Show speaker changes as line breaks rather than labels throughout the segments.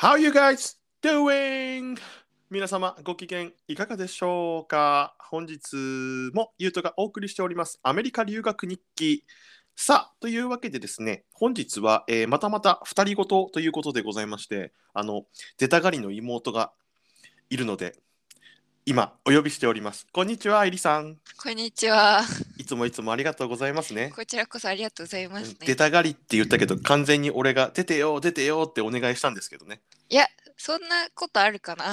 How you guys doing? 皆様ご機嫌いかがでしょうか本日もゆうとがお送りしておりますアメリカ留学日記さあというわけでですね本日は、えーまたまた二人ごとということでございましてあの出たがりの妹がいるので今お呼びしておりますこんにちはえりさん
こんにちは。
いつもいつもありがとうございますね
こちらこそありがとうございます
出
ね。
たがりって言ったけど完全に俺が出てよ出てよってお願いしたんですけどね
いや、そんなことあるかな。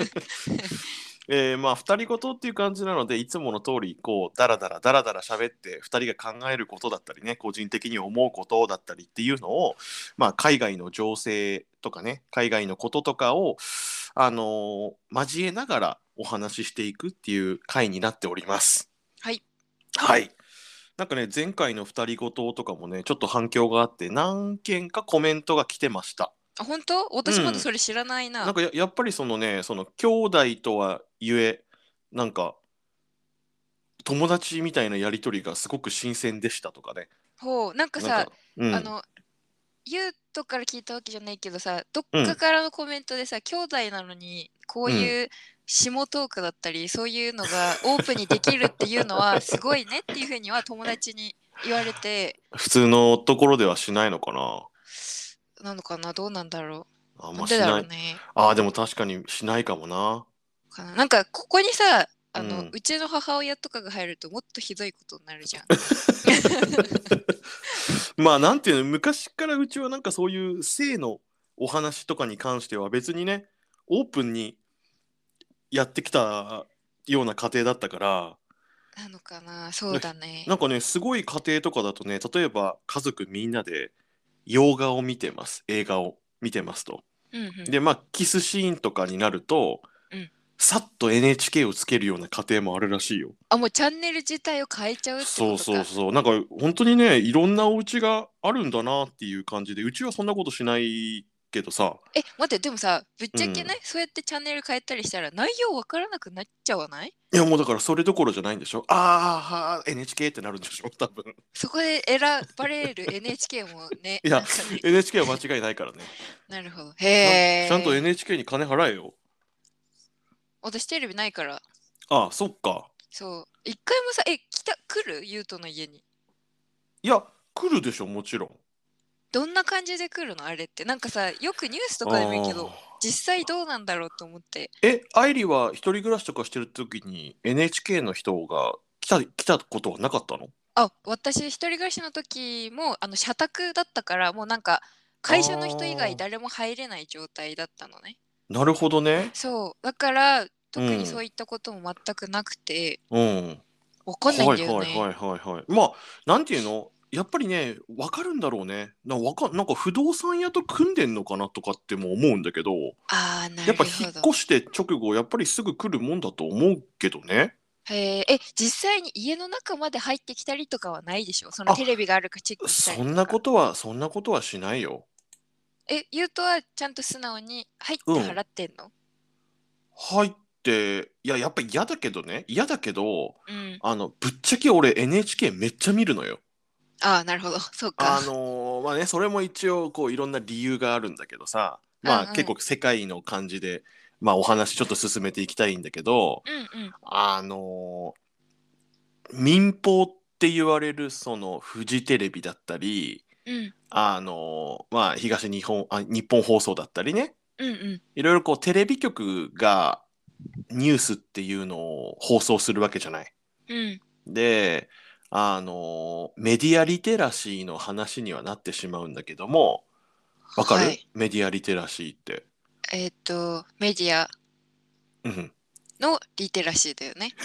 えー、まあ二人ごとっていう感じなのでいつもの通りこうダラダラダラダラ喋って二人が考えることだったりね個人的に思うことだったりっていうのを、まあ、海外の情勢とかね海外のこととかを、あのー交えながらお話ししていくっていう回になっております。
はい、
はいなんかね前回の二人ごととかもねちょっと反響があって何件かコメントが来てました。
あ本当私ま
うん
だそれ知らないな。
なんかややっぱりそのねその兄弟とはゆえなんか友達みたいなやり取りがすごく新鮮でしたとかね。
ほう、なんか
な
さ
ん、うん、
あの、ゆうとから聞いたわけじゃないけどさ、どっかからのコメントでさ、兄弟なのに、こういう下トークだったり、そういうのがオープンにできるっていう のは、すごいねっていうふうには友達に言われて、
普通のところではしないのかな。
なのかな、どうなんだろ
あ
う。
ん
な
ま
ん
し
でだ
な
ろう
い。
ね。
ああでも確かにしないかもな。
かななんかここにさあの、
う
うんちの母親とかが入るともっとひどいことになるじゃん。
まあなんていうの昔からうちはなんかそういう性のお話とかに関しては別にねオープンにやってきたような家庭だったから。
なのかなそうだね。
なんかねすごい家庭とかだとね例えば家族みんなで洋画を見てます映画を見てますと。
うんうん、
でまあキスシーンとかになると、
うん
さっと NHK をつけるような家庭もあるらしいよ。
あもうチャンネル自体を変えちゃうって
そ
こと
う
か。
そうそうなんか本当にねいろんなお家があるんだなっていう感じでうちはそんなことしないけどさ
え待ってでもさぶっちゃけね、
う
そうやってチャンネル変えたりしたら内容わからなくなっちゃわない
いやもうだからそれどころじゃないんでしょあーはー NHK ってなるんでしょ 多分
そこで選ばれる NHK もね。
いや
なんかね
NHK は間違いないからね、
なるほど。
ちゃん
へえ。
ちゃんと NHK に金払えよ
私テレビないから。
ああそっか
そう。一回もさえ来た来るゆうとの家に。
いや、来るでしょ、もちろん。
どんな感じで来るのあれってなんかさよくニュースとかでもいいけど
あー。
実際どうなんだろうと思って
え、愛梨は一人暮らしとかしてる時に NHK の人が来た来たことはなかったの
あ私一人暮らしの時もあの社宅だったからもうなんか会社の人以
あー
外誰も入れない状態だったのね
なるほどね。
そうだから特
うん
にそういったことも全くなくて、
うん。
わかんないんだよね、
はいはいはいはいはい。まあ、なんていうのやっぱりね、わかるんだろうね。なわかなんか不動産屋と組んでんのかなとかっても思うんだけど、
ああな
や
る
っぱ
ほ
引っ
ど
越して直後、やっぱりすぐ来るもんだと思うけどね。
へーえ実際に家の中まで入ってきたりとかはないでしょその
あ
テレビがあるかチェックしたり
そんなことは、そんなことはしないよ。
えゆうとはちゃんと素直に入って
うん
払ってんの
入って、いや、やっぱ嫌だけどね。嫌だけど、
うん
あのぶっちゃけ俺 NHK めっちゃ見るのよ。
ああなるほどそうか
あのー まあねそれも一応こういろんな理由があるんだけどさまあ、
うんうん
結構世界の感じで、まあ、お話ちょっと進めていきたいんだけど
うんうん
あのー民放って言われるそのフジテレビだったり
うん
あのーまあ東日本あ日本放送だったりね
うんうん
いろいろこうテレビ局がニュースっていうのを放送するわけじゃない。
うん
であのメディアリテラシーの話にはなってしまうんだけどもわかる、
はい
メディアリテラシーって。
えっ、とメディア
うん、
のリテラシーだ よね。こ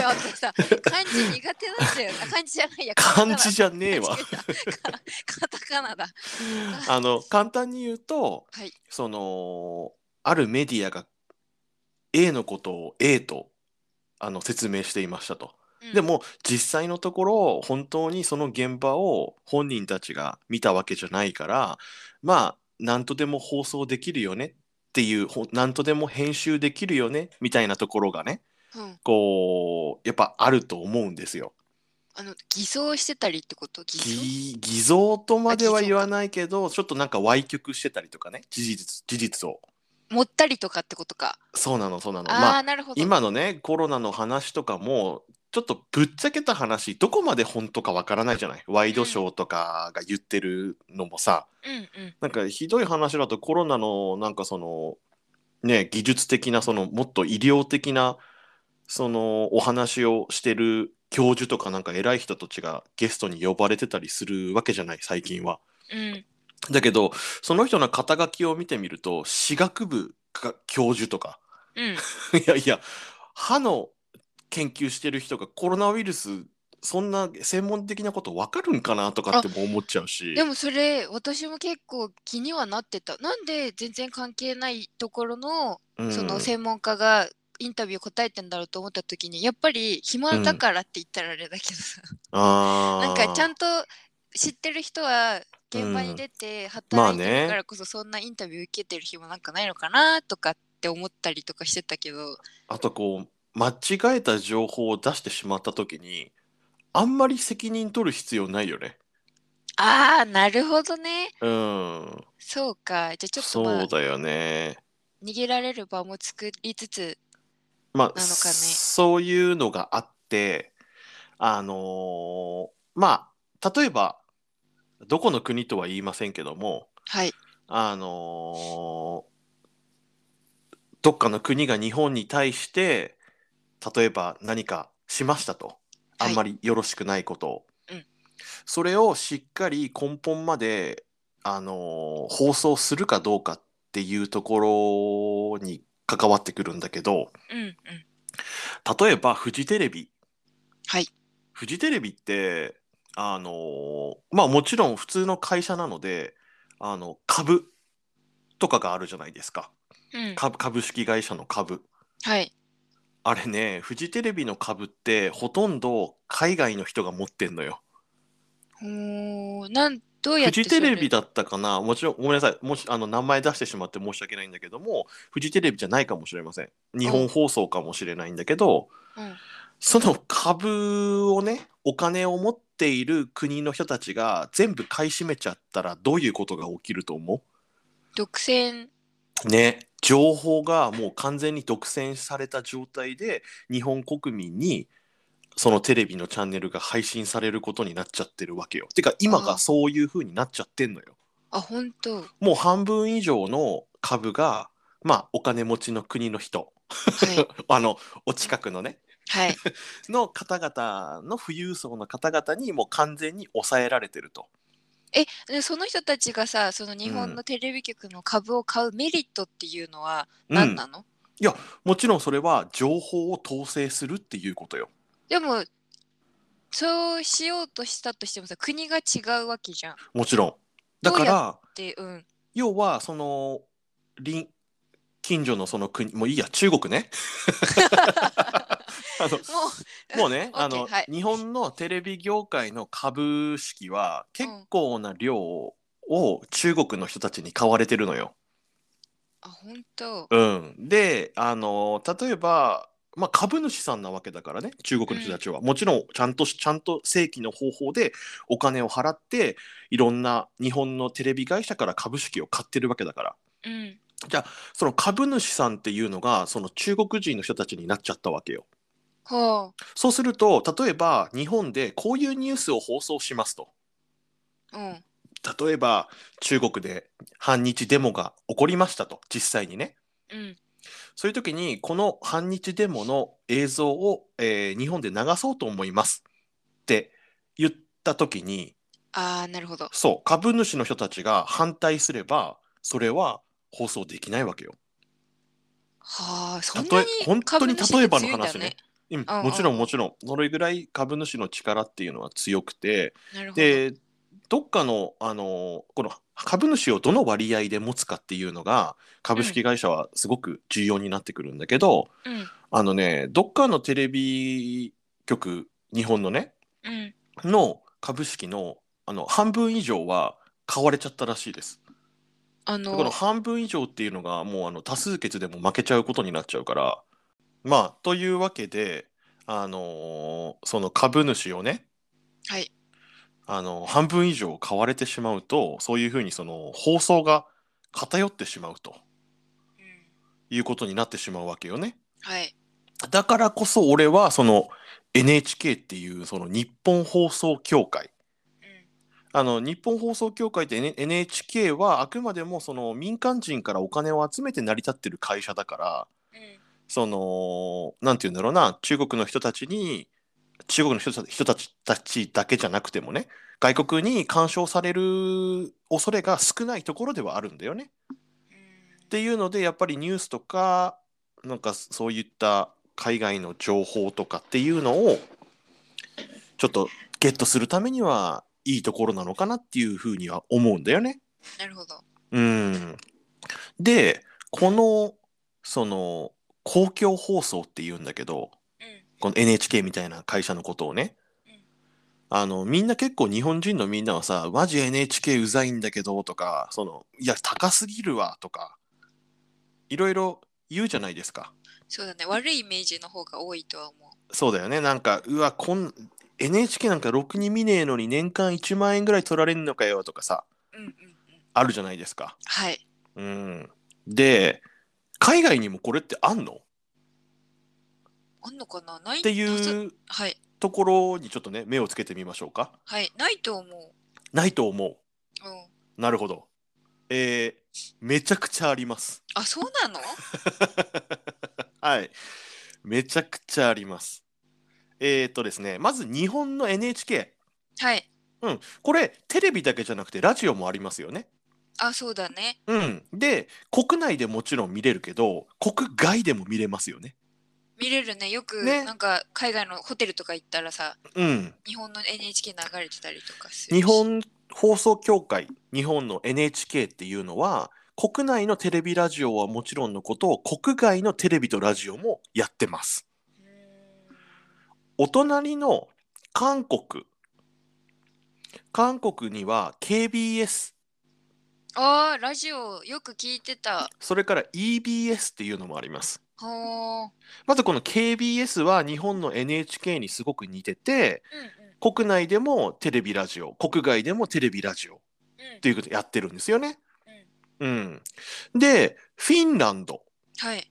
れ私さ漢字苦手なんだよな。漢字じゃないや。
漢字じゃねえわ。
カタカナだ。
あの簡単に言うと
はい。
そのあるメディアが A のことを A とあの説明していましたと。
うん
で、も実際のところ本当にその現場を本人たちが見たわけじゃないからまあ何とでも放送できるよねっっていうほなんとでも編集できるよねみたいなところがね
うん、
こうやっぱあると思うんですよ。
あの偽装してたりってこと偽装
偽偽造とまでは言わないけどちょっとなんか歪曲してたりとかね事実事実を。
持ったりとかってことか。
そうなのそうなの。
あ
ま
あー、
あ
なるほど。
今のねコロナの話とかもちょっとぶっちゃけた話どこまで本当かわからないじゃないワイドショーとかが言ってるのもさ、
うんうん。
なんかひどい話だとコロナのなんかそのね技術的なそのもっと医療的なそのお話をしてる教授とかなんか偉い人たちがゲストに呼ばれてたりするわけじゃない最近は。
うん、
だけどその人の肩書きを見てみると歯学部が教授とか
うん、
いやいや歯の研究してる人がコロナウイルスそんな専門的なこと分かるんかなとかっても思っちゃうし
でもそれ私も結構気にはなってたなんで全然関係ないところの
うん
その専門家がインタビュー答えてんだろうと思った時にやっぱり暇だからって言ったらあれだけどさ、
あー
なんかちゃんと知ってる人は現場に出て働いてるからこそそんなインタビュー受けてる日もなんかないのかなとかって思ったりとかしてたけど
あとこう間違えた情報を出してしまった時にあんまり責任取る必要ないよね。
ああなるほどね
うん、
そうかじゃあちょっと、
そ
まあ
う、だよね。
逃げられる場も作りつつ
まあ、
なのかね
そういうのがあってあのーまあ例えばどこの国とは言いませんけども
はい
あのーどっかの国が日本に対して例えば何かしましたとあ
はい
んまりよろしくないことを、
うん
それをしっかり根本まで、あのー放送するかどうかっていうところに関わってくるんだけど
うんうん
例えばフジテレビ
はい
フジテレビってあのーまあもちろん普通の会社なのであの株とかがあるじゃないですか
うん
株株式会社の株
はい
あれねフジテレビの株ってほとんど海外の人が持ってんのよ
おーなんどうや
フ
って
ジ
それ
テレビだったかなもちろんごめんなさいもしあの名前出してしまって申し訳ないんだけどもフジテレビじゃないかもしれません日本放送かもしれないんだけど、
うん
その株をねお金を持っている国の人たちが全部買い占めちゃったらどういうことが起きると思
独占
うね情報がもう完全に独占された状態で日本国民にそのテレビのチャンネルが配信されることになっちゃってるわけよ。てか今
あ
が
ー
そういう風になっちゃってんのよ。
あ本当は
もう半分以上の株がまあお金持ちの国の人
い
あのお近くのね
はい
の方々の富裕層の方々にもう完全に抑えられてると。
えでその人たちがさその日
う
本
ん
のテレビ局の株を買うメリットっていうのは何なの、
もちろんそれは情報を統制するっていうことよ。
でもそうしようとしたとしてもさ国が違うわけじゃんっ
もちろん。だか
どう
ら
てうん
要はその隣近所のその国もういいや中国ね。あの
も
もうね
オッケー
あの、
はい
日本のテレビ業界の株式は結構な量を中国の人たちに買われてるのよ。
あ本当
うん、であの例えば、まあ、株主さんなわけだからね中国の人たちは、もちろんちゃんとしちゃんと正規の方法でお金を払っていろんな日本のテレビ会社から株式を買ってるわけだから
うん
その株主さんっていうのがその中国人の人たちになっちゃったわけよ。
ほ
そうすると例えば日本でこういうニュースを放送しますと
ううん
例えば中国で反日デモが起こりましたと実際にね。
うん
そういう時にこの反日デモの映像を、えー日本で流そうと思いますって言った時に
ああなるほど
そう株主の人たちが反対すればそれは放送できないわけよ。
はあそ
た
ん
と
な
え
に
本当に
株主
例
っ
え
て
ばの
強いんだ
話ね。うん
うんうん
もちろんもちろんそれぐらい株主の力っていうのは強くて
なるほど
でどっかの、あのーこの株主をどの割合で持つかっていうのが株式会社はすごく重要になってくるんだけど、
うん
あのね、どっかのテレビ局、日本のね、
うん
の株式のあの半分以上は買われちゃったらしいです。
あ
だから
の、
半分以上っていうのがもうあの多数決でも負けちゃうことになっちゃうからまあというわけであのーその株主をね
はい。
あの半分以上買われてしまうとそういうふうにその放送が偏ってしまうと
うん
いうことになってしまうわけよね。
はい。
だからこそ俺はその NHK っていうその日本放送協会
うん
あの日本放送協会って N- NHK はあくまでもその民間人からお金を集めて成り立ってる会社だから
うん
そのなんて言うんだろうな中国の人たちに中国の人た人たちたちだけじゃなくてもね外国に干渉される恐れが少ないところではあるんだよね。
うん
っていうのでやっぱりニュースとかなんかそういった海外の情報とかっていうのをちょっとゲットするためにはいいところなのかなっていうふうには思うんだよね。
なるほど。
うん、でこのその公共放送っていうんだけど
うん。
この NHK みたいな会社のことをね
うん
あのみんな結構日本人のみんなはさ「マジ NHK うざいんだけど」とか「そのいや高すぎるわ」とかいろいろ言うじゃないですか。
そうだね。悪いイメージの方が多いとは思
そうだよねなんか「うわこん NHK なんかろくに見ねえのに年間1万円ぐらい取られんのかよ」とかさ
う。うんうんうん。
あるじゃないですか。
はい。
うん、で海外にもこれってあんのっ
あんのかなない
て
なさ
いう
はい。
ところにちょっとね目をつけてみましょうか。
はい。ないと思
ないと思う。
う。うん。
なるほど。えーめちゃくちゃあります。
あ、そうなの
はい。めちゃくちゃあります。えっ、とですね、まず日本の NHK。
はい。
うん。これ、テレビだけじゃなくて、ラジオもありますよね。
あ、そうだね。
うん。で、国内でもちろん見れるけど、国外でも見れますよね。
見れるね。よく、
ね
なんか海外のホテルとか行ったらさ、
うん。
日本の NHK 流れてたりとかするし。
日本放送協会、日本の NHK っていうのは、国内のテレビラジオはもちろんのことを、国外のテレビとラジオもやってます。
う
お隣の韓国韓国には KBS
ーん。ああ、ラジオよく聞いてた。
それから EBS っていうのもあります
ほー。
まずこの KBS は日本の NHK にすごく似てて
うんうん
国内でもテレビラジオ国外でもテレビラジオっ
うん
ていうことやってるんですよね
うん。
うんでフィンランド
はい。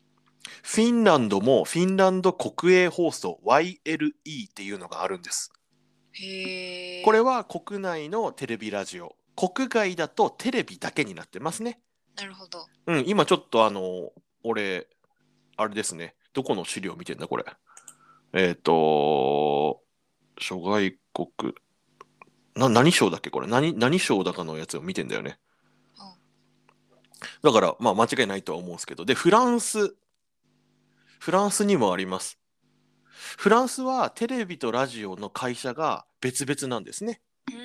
フィンランドもフィンランド国営放送 YLE っていうのがあるんです
へえ。
これは国内のテレビラジオ国外だとテレビだけになってますね
なるほど。
うん今ちょっとあの俺あれですねどこの資料見てんだこれえっ、と諸外国な何賞だっけこれ何何賞だかのやつを見てんだよねだからまあ間違いないとは思うんですけどでフランスフランスにもありますフランスはテレビとラジオの会社が別々なんですね
うん。う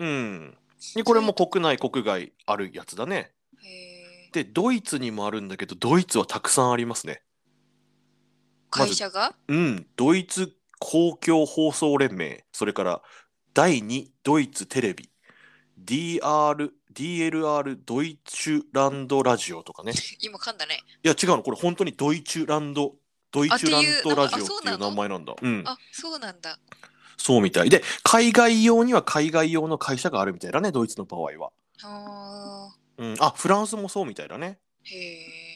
ー
うんん。でこれも国内国外あるやつだね。
へー
でドイツにもあるんだけどドイツはたくさんありますね。まず
会社が
うん。ドイツ公共放送連盟それから第2ドイツテレビ DR DLR ドイツランドラジオとかね。
今噛んだね。
いや違うのこれ本当にドイツランドドイツランドラジオっ
あそう
てい
な
う
の
名前なんだ。うん。
あ、そうなんだ。
そうみたい。で海外用には海外用の会社があるみたいだねドイツの場合は。
あ
うん。あフランスもそうみたいだね。
ーへ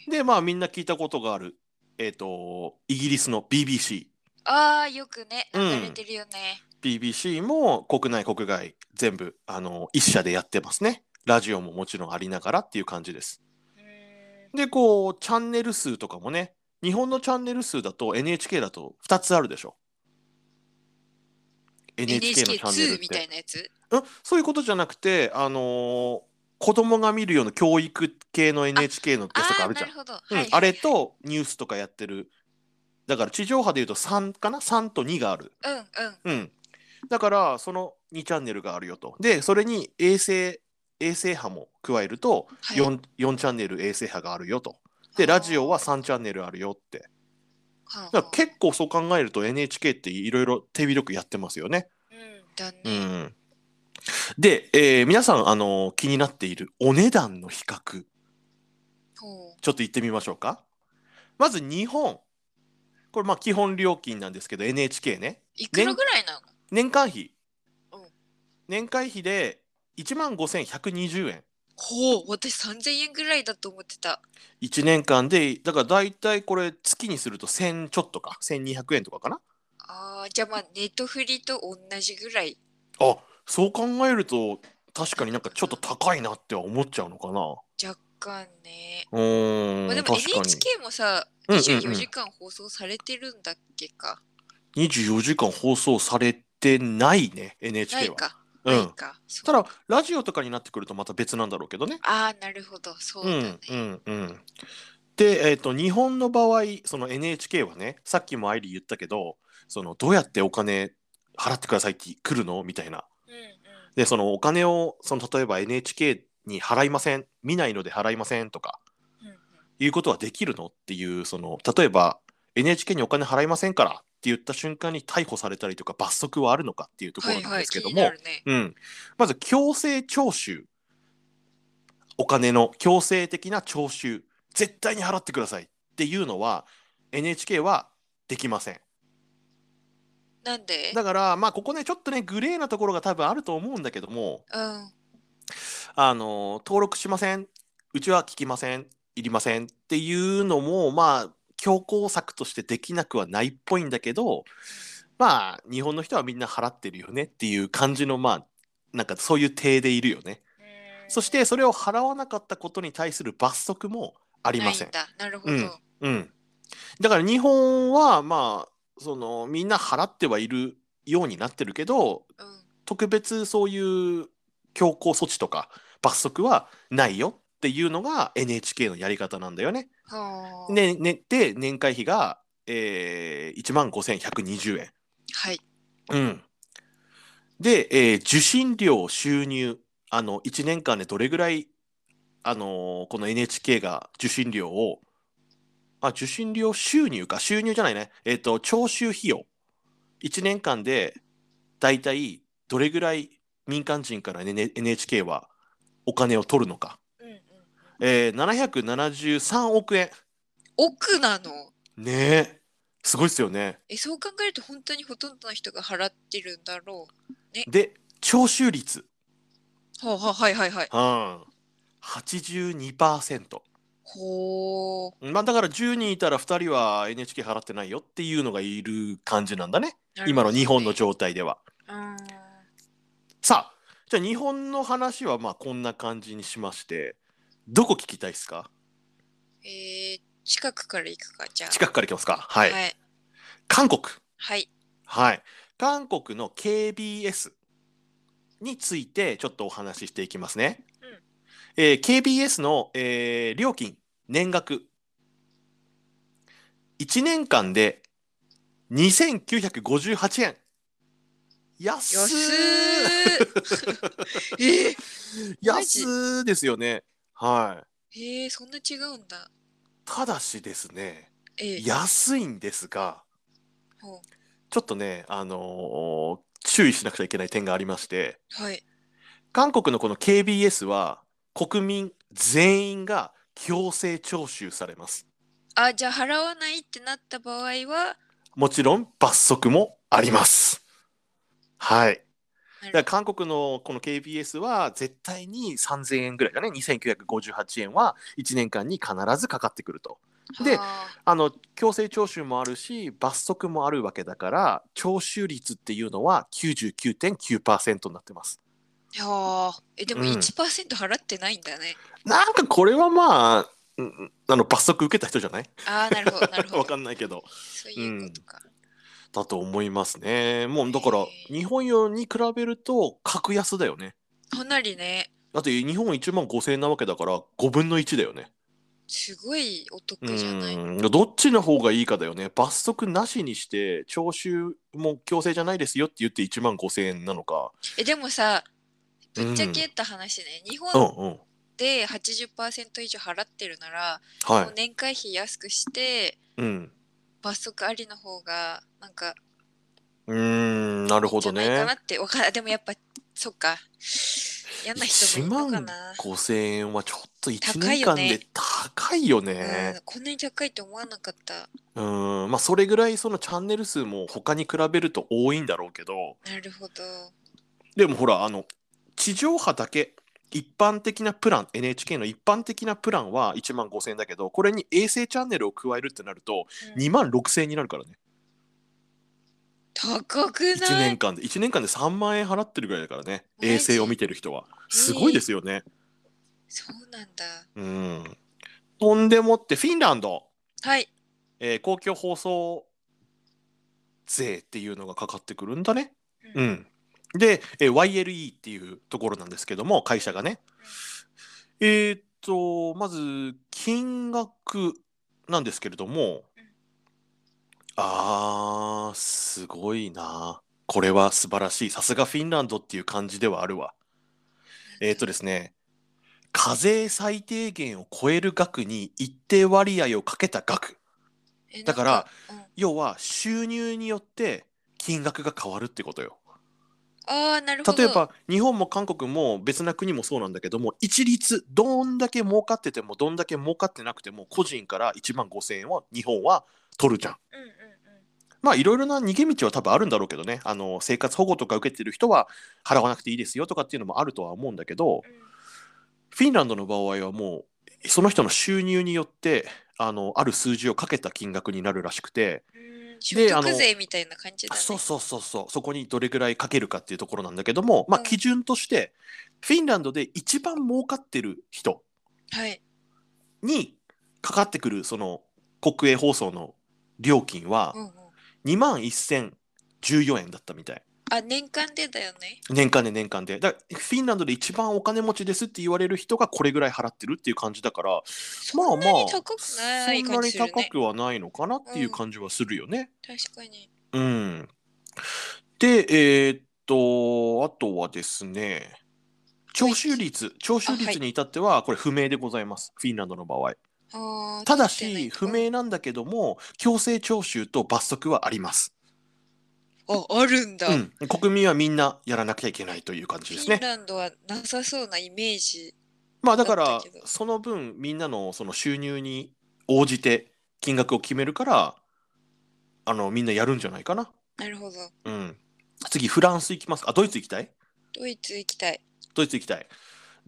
え。
でまあみんな聞いたことがあるえっ、とイギリスの BBC
ああ、よくね、
うん
流れてるよね。
BBC も国内国外全部あの一社でやってますねラジオももちろんありながらっていう感じです
うーん。
でこうチャンネル数とかもね日本のチャンネル数だと NHK だと2つあるでしょ NHK のチャンネルっ
NHK2 みた
て
いなやつ
うんそういうことじゃなくてあのー子供が見るような教育系の NHK のやつとかあ
ああー、
るじ
な
ゃん
るほど。
うん
はい
あれとニュースとかやってるだから地上波でいうと3かな3と2がある、
うんうん。
うん、だからその2チャンネルがあるよとでそれに衛星衛星波も加えると
はい
4,、4チャンネル衛星波があるよとでラジオは3チャンネルあるよって
はあ
だから結構そう考えると NHK っていろいろ手広くやってますよね、
うんだ
う
ね。
ん、で、えー皆さん、あの気になっているお値段の比較、
ほう
ちょっと行ってみましょうか。まず日本。これ、まあ、基本料金なんですけど、NHK ね。
いくらぐらいなの
年間費。
うん
年会費で1万5120円。
ほう私3000円ぐらいだと思ってた
1年間で、だから大体これ月にすると1000ちょっとか、1200円とかかな。
あーじゃあまあネットフリと同じぐらい
あ、そう考えると、確かになんかちょっと高いなっては思っちゃうのかな。
若干ね、
うーん、
まあ、でも
確か
NHK もさ
うんうんうん
24時間放送されてるんだっけか、
に。24時間放送されてないね、
な
NHK
い
は。
か、
う
ない
ん。
かそう
ただ、ラジオとかになってくるとまた別なんだろうけどね。
ああなるほどそ
う
うだね、
んうんうん。で、えっと日本の場合その NHK はねさっきもアイリー言ったけどそのどうやってお金払ってくださいって来るのみたいな。
うんうん
でそのお金をその例えば NHK に払いません見ないので払いませんとか
うんうん
いうことはできるのっていうその例えば NHK にお金払いませんからって言った瞬間に逮捕されたりとか罰則はあるのかっていうとこ
は
ろ
い
なん
は
で
い
すけ
気
ど
に
も、
なるね
うん、まず強制徴収お金の強制的な徴収絶対に払ってくださいっていうのは NHK はできません
なんで
だからまあここねちょっとねグレーなところが多分あると思うんだけども
うん
あの登録しませんうちは聞きませんいりませんっていうのもまあ強行策としてできなくはないっぽいんだけどまあ日本の人はみんな払ってるよねっていう感じのまあなんかそういう体でいるよね
うん
そしてそれを払わなかったことに対する罰則もありません
ないん。だなるほど、
うんうん、だから日本はまあそのみんな払ってはいるようになってるけど
うん
特別そういう強行措置とか罰則はないよっていうのが NHK のやり方なんだよね。
はあ、
ねねで年会費が、えー、1万5120円。
はい。
うん、で、えー受信料収入あの1年間でどれぐらい、あのーこの NHK が受信料をあ受信料収入か収入じゃないねえっ、と徴収費用1年間でだいたいどれぐらい民間人から、ね、NHK はお金を取るのか、
うんうん、
えー、773億円
奥なの
ねえすごいですよね
えそう考えると本当にほとんどの人が払ってるんだろ
で徴収率
う。はあ、はあ、はいはいはい。
うん、82%。
ほう。
まあだから10人いたら2人は NHK 払ってないよっていうのがいる感じなんだね
なるほ
今の
どね
日本の状態では。
うん
さあじゃあ日本の話はまあこんな感じにしましてどこ聞きたいですか
えー、近くから行くかじゃあ。
近くから行きますかはい、
はい。
韓国
はい。
はい韓国の KBS についてちょっとお話ししていきますね。
うん
えー KBS の、えー料金年額1年間で2958円安
安
ー
ー えー、マジ
安ーですよねはい
えー、そんな違うんだ。
ただしですね
えー、
安いんですが
ほう
ちょっとねあのー注意しなくちゃいけない点がありまして
はい。
韓国のこの KBS は国民全員が強制徴収されます
あじゃあ払わないってなった場合は
もちろん罰則もあります。はい。
な
だ
る
から韓国のこの KBS は絶対に3000円ぐらいだね、2958円は1年間に必ずかかってくると。で
はあ
あの強制徴収もあるし、罰則もあるわけだから、徴収率っていうのは99.9%になってます。
いやーえでも
うん
1%払ってないんだね。
なんかこれはまあ、うんあの罰則受けた人じゃない
ああなるほどなるほ
わ
ど。
かんないけど。
そういうことか。
だと思いますね。もうだから
へ、ー
日本よに比べると格安だよね。
かなりね
だって日本1万5000円なわけだから5分の1だよね。
すごいお得
う
じゃない。
んどっちの方がいいかだよね。罰則なしにして徴収も強制じゃないですよって言って1万5000円なのか。
えでもさぶっちゃけた話ね、日
うん
本
うん。
で80%以上払ってるなら、
は
も
い。
う年会費安くして
うん。
罰則ありの方がなんか
うーんなる
いい
ほ
んじ
ど
ゃないか
ね
な。ってわかでもやっぱそっか。嫌な人
1
もいるのか
万
な。
5000円はちょっと1
高
年
いよ
間
ね
で高いよ
う
ね
ん、。こんなに高いと思わなかった。
うん、まあそれぐらいそのチャンネル数も他に比べると多いんだろうけど、
なるほど。
でもほら、あの、地上波だけ、一般的なプラン、NHK の一般的なプランは1万5000円だけど、これに衛星チャンネルを加えるってなると、
うん
2万6000円になるからね。
高く
1
ない
年間で、1年間で3万円払ってるぐらいだからね、
マジ
衛星を見てる人は。すごいですよね。
そうなんだ。
うん。とんでもって、フィンランド、
はい。
えー公共放送税っていうのがかかってくるんだね。う
うん
ん、で、えー YLE っていうところなんですけども会社がね。えーっとまず金額なんですけれどもあーすごいなこれは素晴らしいさすがフィンランドっていう感じではあるわ。えーっとですね課税最低限を超える額に一定割合をかけた額
え
だから、
なんうん
要は収入によって金額が変わるってことよ。
ああ、なるほど。
例えば日本も韓国も別な国もそうなんだけども一律どんだけ儲かっててもどんだけ儲かってなくても個人から1万5,000円は日本は取るじゃん。
うんうんうん、
まあいろいろな逃げ道は多分あるんだろうけどねあの生活保護とか受けてる人は払わなくていいですよとかっていうのもあるとは思うんだけど
うん
フィンランドの場合はもうその人の収入によってあのある数字をかけた金額になるらしくて。
うん所
あの
得税みたいな感じだね。
そうそうそうそうそこにどれぐらいかけるかっていうところなんだけども、まあ、
うん
基準としてフィンランドで一番儲かってる人
はい。
にかかってくるその国営放送の料金は
うんうん、
2万1014円だったみたい
あ、年間でだよね。
年間で年間でだからフィンランドで一番お金持ちですって言われる人がこれぐらい払ってるっていう感じだからまあまあ
そんなに高く
そ
ない
んな
感じ
に
する
高
ね。
くはないのかなっていう感じはするよね。
確かに。
うん。で、えーっと、あとはですね、徴収率、徴収
あは
率
い
に至っては、これ不明でございます、フィンランドの場合。
あー
ただ
聞いてない
し、
と
不明なんだけども、強制徴収と罰則はあります。
あ、あるんだ。
うん、国民はみんなやらなきゃいけないという感
フ
じです
ィ
ね。
ンランドはなさそうなイメージ。
まあだか
だ
ら
ったけど
その分みんなのその収入に応じて金額を決めるからあのみんなやるんじゃないかな。
なるほど。
うん、次フランス行きます。あドイツ行きたい
ドイツ行きたい。
ドイツ行きたい。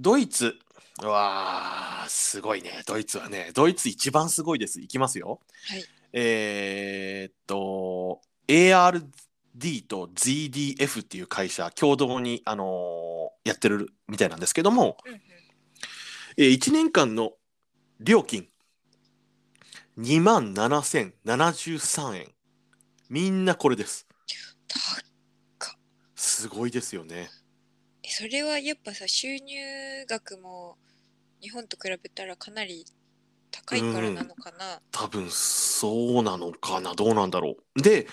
ドイツ、うわあ、すごいね。ドイツはね、ドイツ一番すごいです。行きますよ。
はい
えーっと、ARD と ZDF っていう会社、共同に、あのーやってるみたいなんですけども、
うんうん、
え1年間の料金、2万7073円。みんなこれです。
た
すごいですよね。
えそれはやっぱさ、収入額も日本と比べたらかなり高いからなのかな。
多分そうなのかなどうなんだろう。で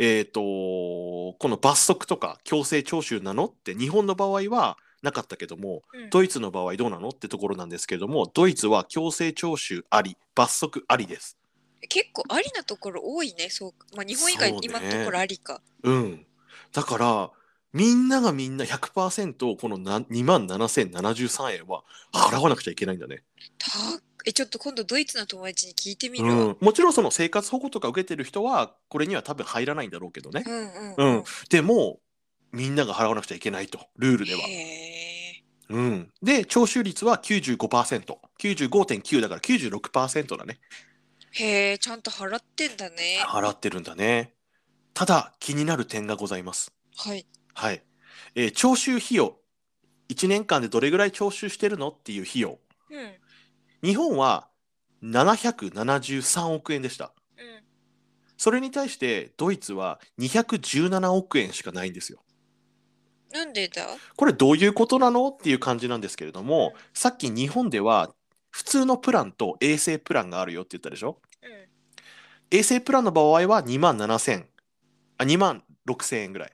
えっ、とこの罰則とか強制徴収なのって日本の場合はなかったけども
うん
ドイツの場合どうなのってところなんですけどもドイツは強制徴収あり罰則ありです。
結構ありなところ多いね。そうか。まあ日本以外
そうね
今のところありか。
うん、だからみんながみんな100%このな2万7073円は払わなくちゃいけないんだね。
たえ、ちょっと今度ドイツの友達に聞いてみ
う
るわ。
ん、もちろんその生活保護とか受けてる人はこれには多分入らないんだろうけどね。
うんうん
う
うん
ん、でもみんなが払わなくちゃいけないとルールでは。
へ
うん、で徴収率は 95%95.9 だから96%だね
ーへーちゃんと払ってんだね。
払ってるんだねただ気になる点がございます
はい。
はい、えー徴収費用1年間でどれぐらい徴収してるのっていう費用
うん。うん。
日本は773億円でしたそれに対してドイツは217億円しかないんですよ
なんでだ
これどういうことなのっていう感じなんですけれども、さっき日本では普通のプランと衛星プランがあるよって言ったでしょ
うん。
衛星プランの場合は2万7千あ2万6千円ぐらい。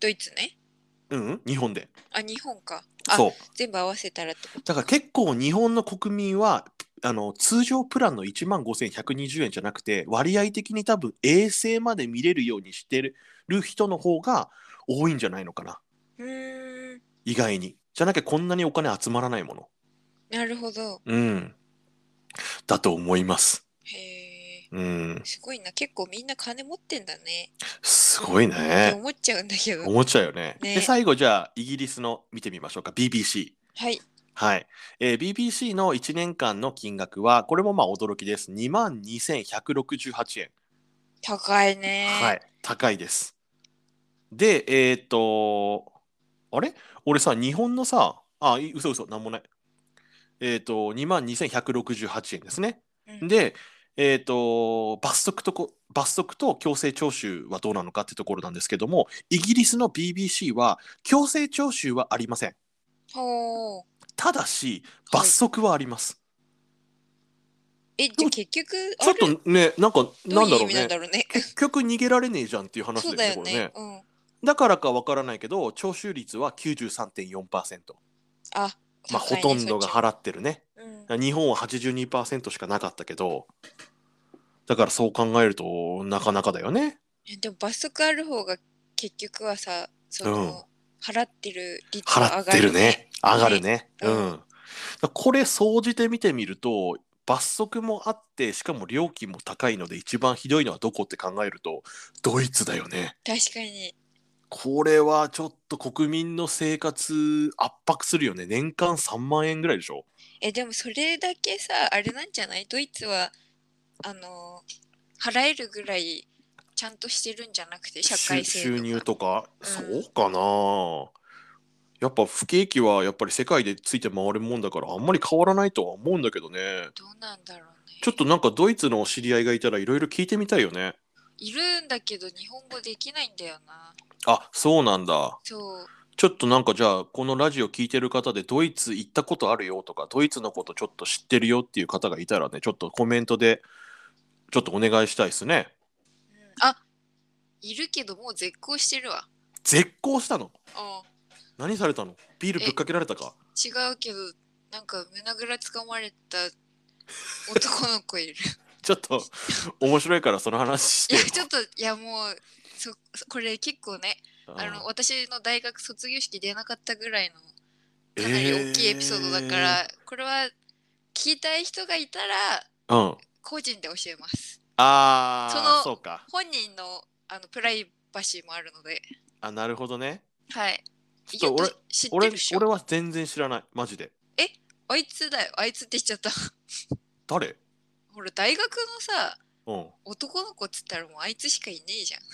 ドイツね。
うん、うん、日本で。
あ、日本か。あ
そう。
全部合わせたらってこと
だから結構日本の国民はあの通常プランの1万5120円じゃなくて割合的に多分衛星まで見れるようにしてる人の方が多いんじゃないのかな。
へえ。
意外にじゃなきゃこんなにお金集まらないもの
なるほど。
うんだと思います
へえ。
うん
すごいな。結構みんな金持ってんだね。
すごい
って
ね
思っちゃうんだけど。
思っちゃうよね
ね
で最後じゃあイギリスの見てみましょうか BBC
はい。
はい、えー BBC の1年間の金額はこれもまあ驚きです2万2168円
高いね。
はい、高いです。で、えーっと、あれ俺さ、日本のさ、あ、い嘘嘘、なんもない。えーっと、2万2168円ですね。
うん。
で、えーっと、罰則とこ、罰則と強制徴収はどうなのかってところなんですけども、イギリスの BBC は強制徴収はありません。
ほう。
ただし、
はい
罰則はあります。
え、じゃあ結局、
ちょ
あ
っ
れ
とね、なんか、
ど
な
うんいう
だ
意
ろう
味なん
ね。
だろうね。
結局逃げられねえじゃんっていう話
そう
だ
だ
よね、
よ
これね
ね。。うん。
だからかわからないけど徴収率は93.4%、
あ、
まあ、
高
ほ
いね
とんどが
そっ
払ってるね
ちうん。
日本は82%しかなかったけどだからそう考えるとなかなかだよね
えでも罰則ある方が結局はさ、その、払ってる率が
払
上
っ
がる
てるね上がるね
うん
うん、だからこれ総じて見てみると罰則もあってしかも料金も高いので一番ひどいのはどこって考えるとドイツだよね
確かに。
これはちょっと国民の生活圧迫するよね年間3万円ぐらいでしょ
え、でもそれだけさ、あれなんじゃないドイツは、あの、払えるぐらいちゃんとしてるんじゃなくて、社会
収
制
収
度
入
が。
とか、
うん
そうかなやっぱ不景気はやっぱり世界でついて回るもんだからあんまり変わらないとは思うんだけどね
どうなんだろうね。
ちょっとなんかドイツの知り合いがいたらいろいろ聞いてみたいよね
いるんだけど、日本語できないんだよな。
あそうなんだ
そう。
ちょっとなんかじゃあこのラジオ聞いてる方でドイツ行ったことあるよとかドイツのことちょっと知ってるよっていう方がいたらねちょっとコメントでちょっとお願いしたいですね
うんあ、いるけど、もう絶好してるわ。
絶好したの
うん。
何されたのビールぶっかけられたか
違うけどなんか胸ぐらつかまれた男の子いる
ちょっと面白いからその話し
い
て
や
よ
ちょっといやもうそそこれ結構ねあ
うん
の私の大学卒業式出なかったぐらいのかなり大きいエピソードだから、これは聞きたい人がいたら
えーうん
個人で教えます
あ
そ
あ
の
そうか
本人のあのプライバシーもあるので
あなるほどね
はい
ちょっと
ゆうと知って
俺
るっし
俺
ょ
は全然知らないマジで
あいつだよあいつって言っちゃった
誰
ほら大学のさ
うん
男の子っつったらもうあいつしかいねえじゃん
い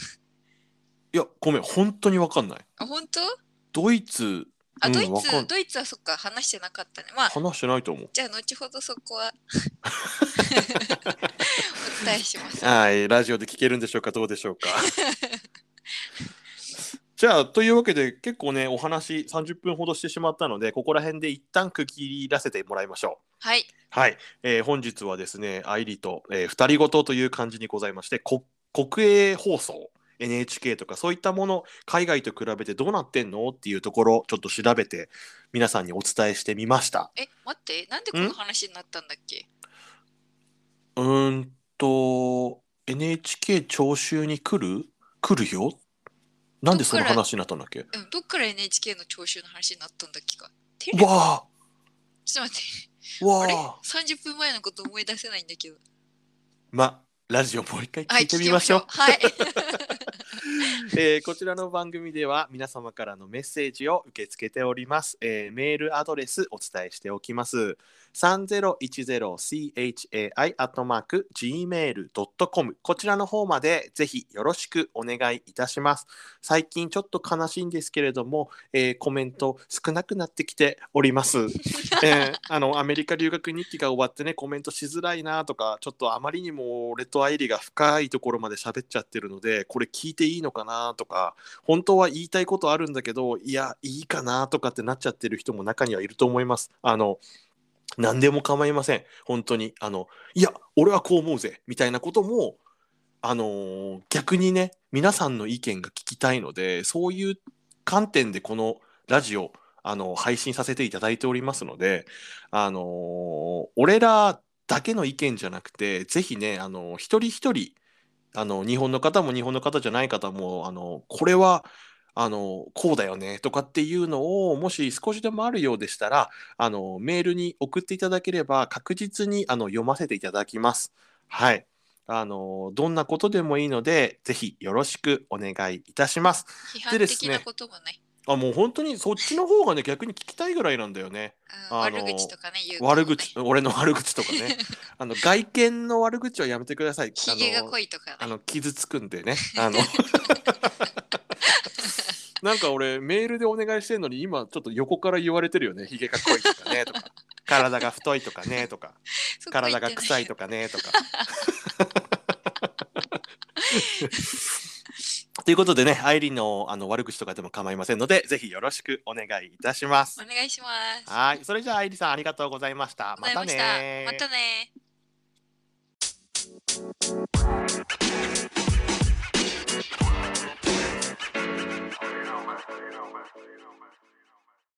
やごめん本当に分かんない
あ本当
ドイツう
あ、
ん
ドイ
わかん
ツ、ドイツはそっか、話してなかったね。まあ、
話してないと思う
じゃあ、後ほどそこはお伝えし ます。
はいラジオで聞けるんでしょうかどうでしょうかじゃあというわけで結構ねお話30分ほどしてしまったのでここら辺で一旦区切らせてもらいましょう
はい、
はい、えー本日はですね、アイリと、えー、二人ごとという感じにございまして、こ国営放送、NHK とかそういったもの、海外と比べてどうなってんのっていうところ、ちょっと調べて、皆さんにお伝えしてみました。
え、待って、なんでこの話になったんだっけ
うーんと、NHK 徴収に来る来るよなんでその話になったんだっけう
うん、どっから NHK の聴取の話になったんだっけか。テレビ
わ
ちょっと待って、
あわ
あれ
あ
?30 分前のこと思い出せないんだ けど。
ま、ラジオもう一回
は
聞
い、
いてみましょう
聞。きはい。
えーこちらの番組では皆様からのメッセージを受け付けております、えーメールアドレスお伝えしておきます 3010chai.gmail.com こちらの方までぜひよろしくお願いいたします最近ちょっと悲しいんですけれども、えーコメント少なくなってきております、えーあのアメリカ留学日記が終わってねコメントしづらいなとかちょっとあまりにも俺と愛理が深いところまで喋っちゃってるのでこれ聞いていいのかなとか本当は言いたいことあるんだけどいやいいかなとかってなっちゃってる人も中にはいると思いますあの何でも構いません本当にあのいや俺はこう思うぜみたいなこともあのー逆にね皆さんの意見が聞きたいのでそういう観点でこのラジオあの配信させていただいておりますので、あのー俺らだけの意見じゃなくてぜひね、あの一人一人あの日本の方も日本の方じゃない方も、あのこれはあのこうだよねとかっていうのをもし少しでもあるようでしたらあのメールに送っていただければ確実にあの読ませていただきます。はいあのどんなことでもいいのでぜひよろしくお願いいたします。
批
で
判
です
的
ね
なこともね、
あもう本当にそっちの方がね逆に聞きたいぐらいなんだよね。
うん
あの
悪口とかね、言うとね
悪口俺の悪口とか ねあの外見の悪口はやめてください。
ひげ
あ
が
の
濃いとか
あ
ね。
の傷つくん でね。あのなんか俺メールでお願いしてるのに今ちょっと横から言われてるよね。ひげが濃いとかねとか体が太いとかねとか
そこは言
体
ってな
が
い
臭いとかねとか。 ということでね、アイリンのあの悪口とかでも構いませんので、ぜひよろしくお願いいたします。
お願いします。
はい、それじゃあアイリさんありがとうございました。また
ございまし
ね
たまたね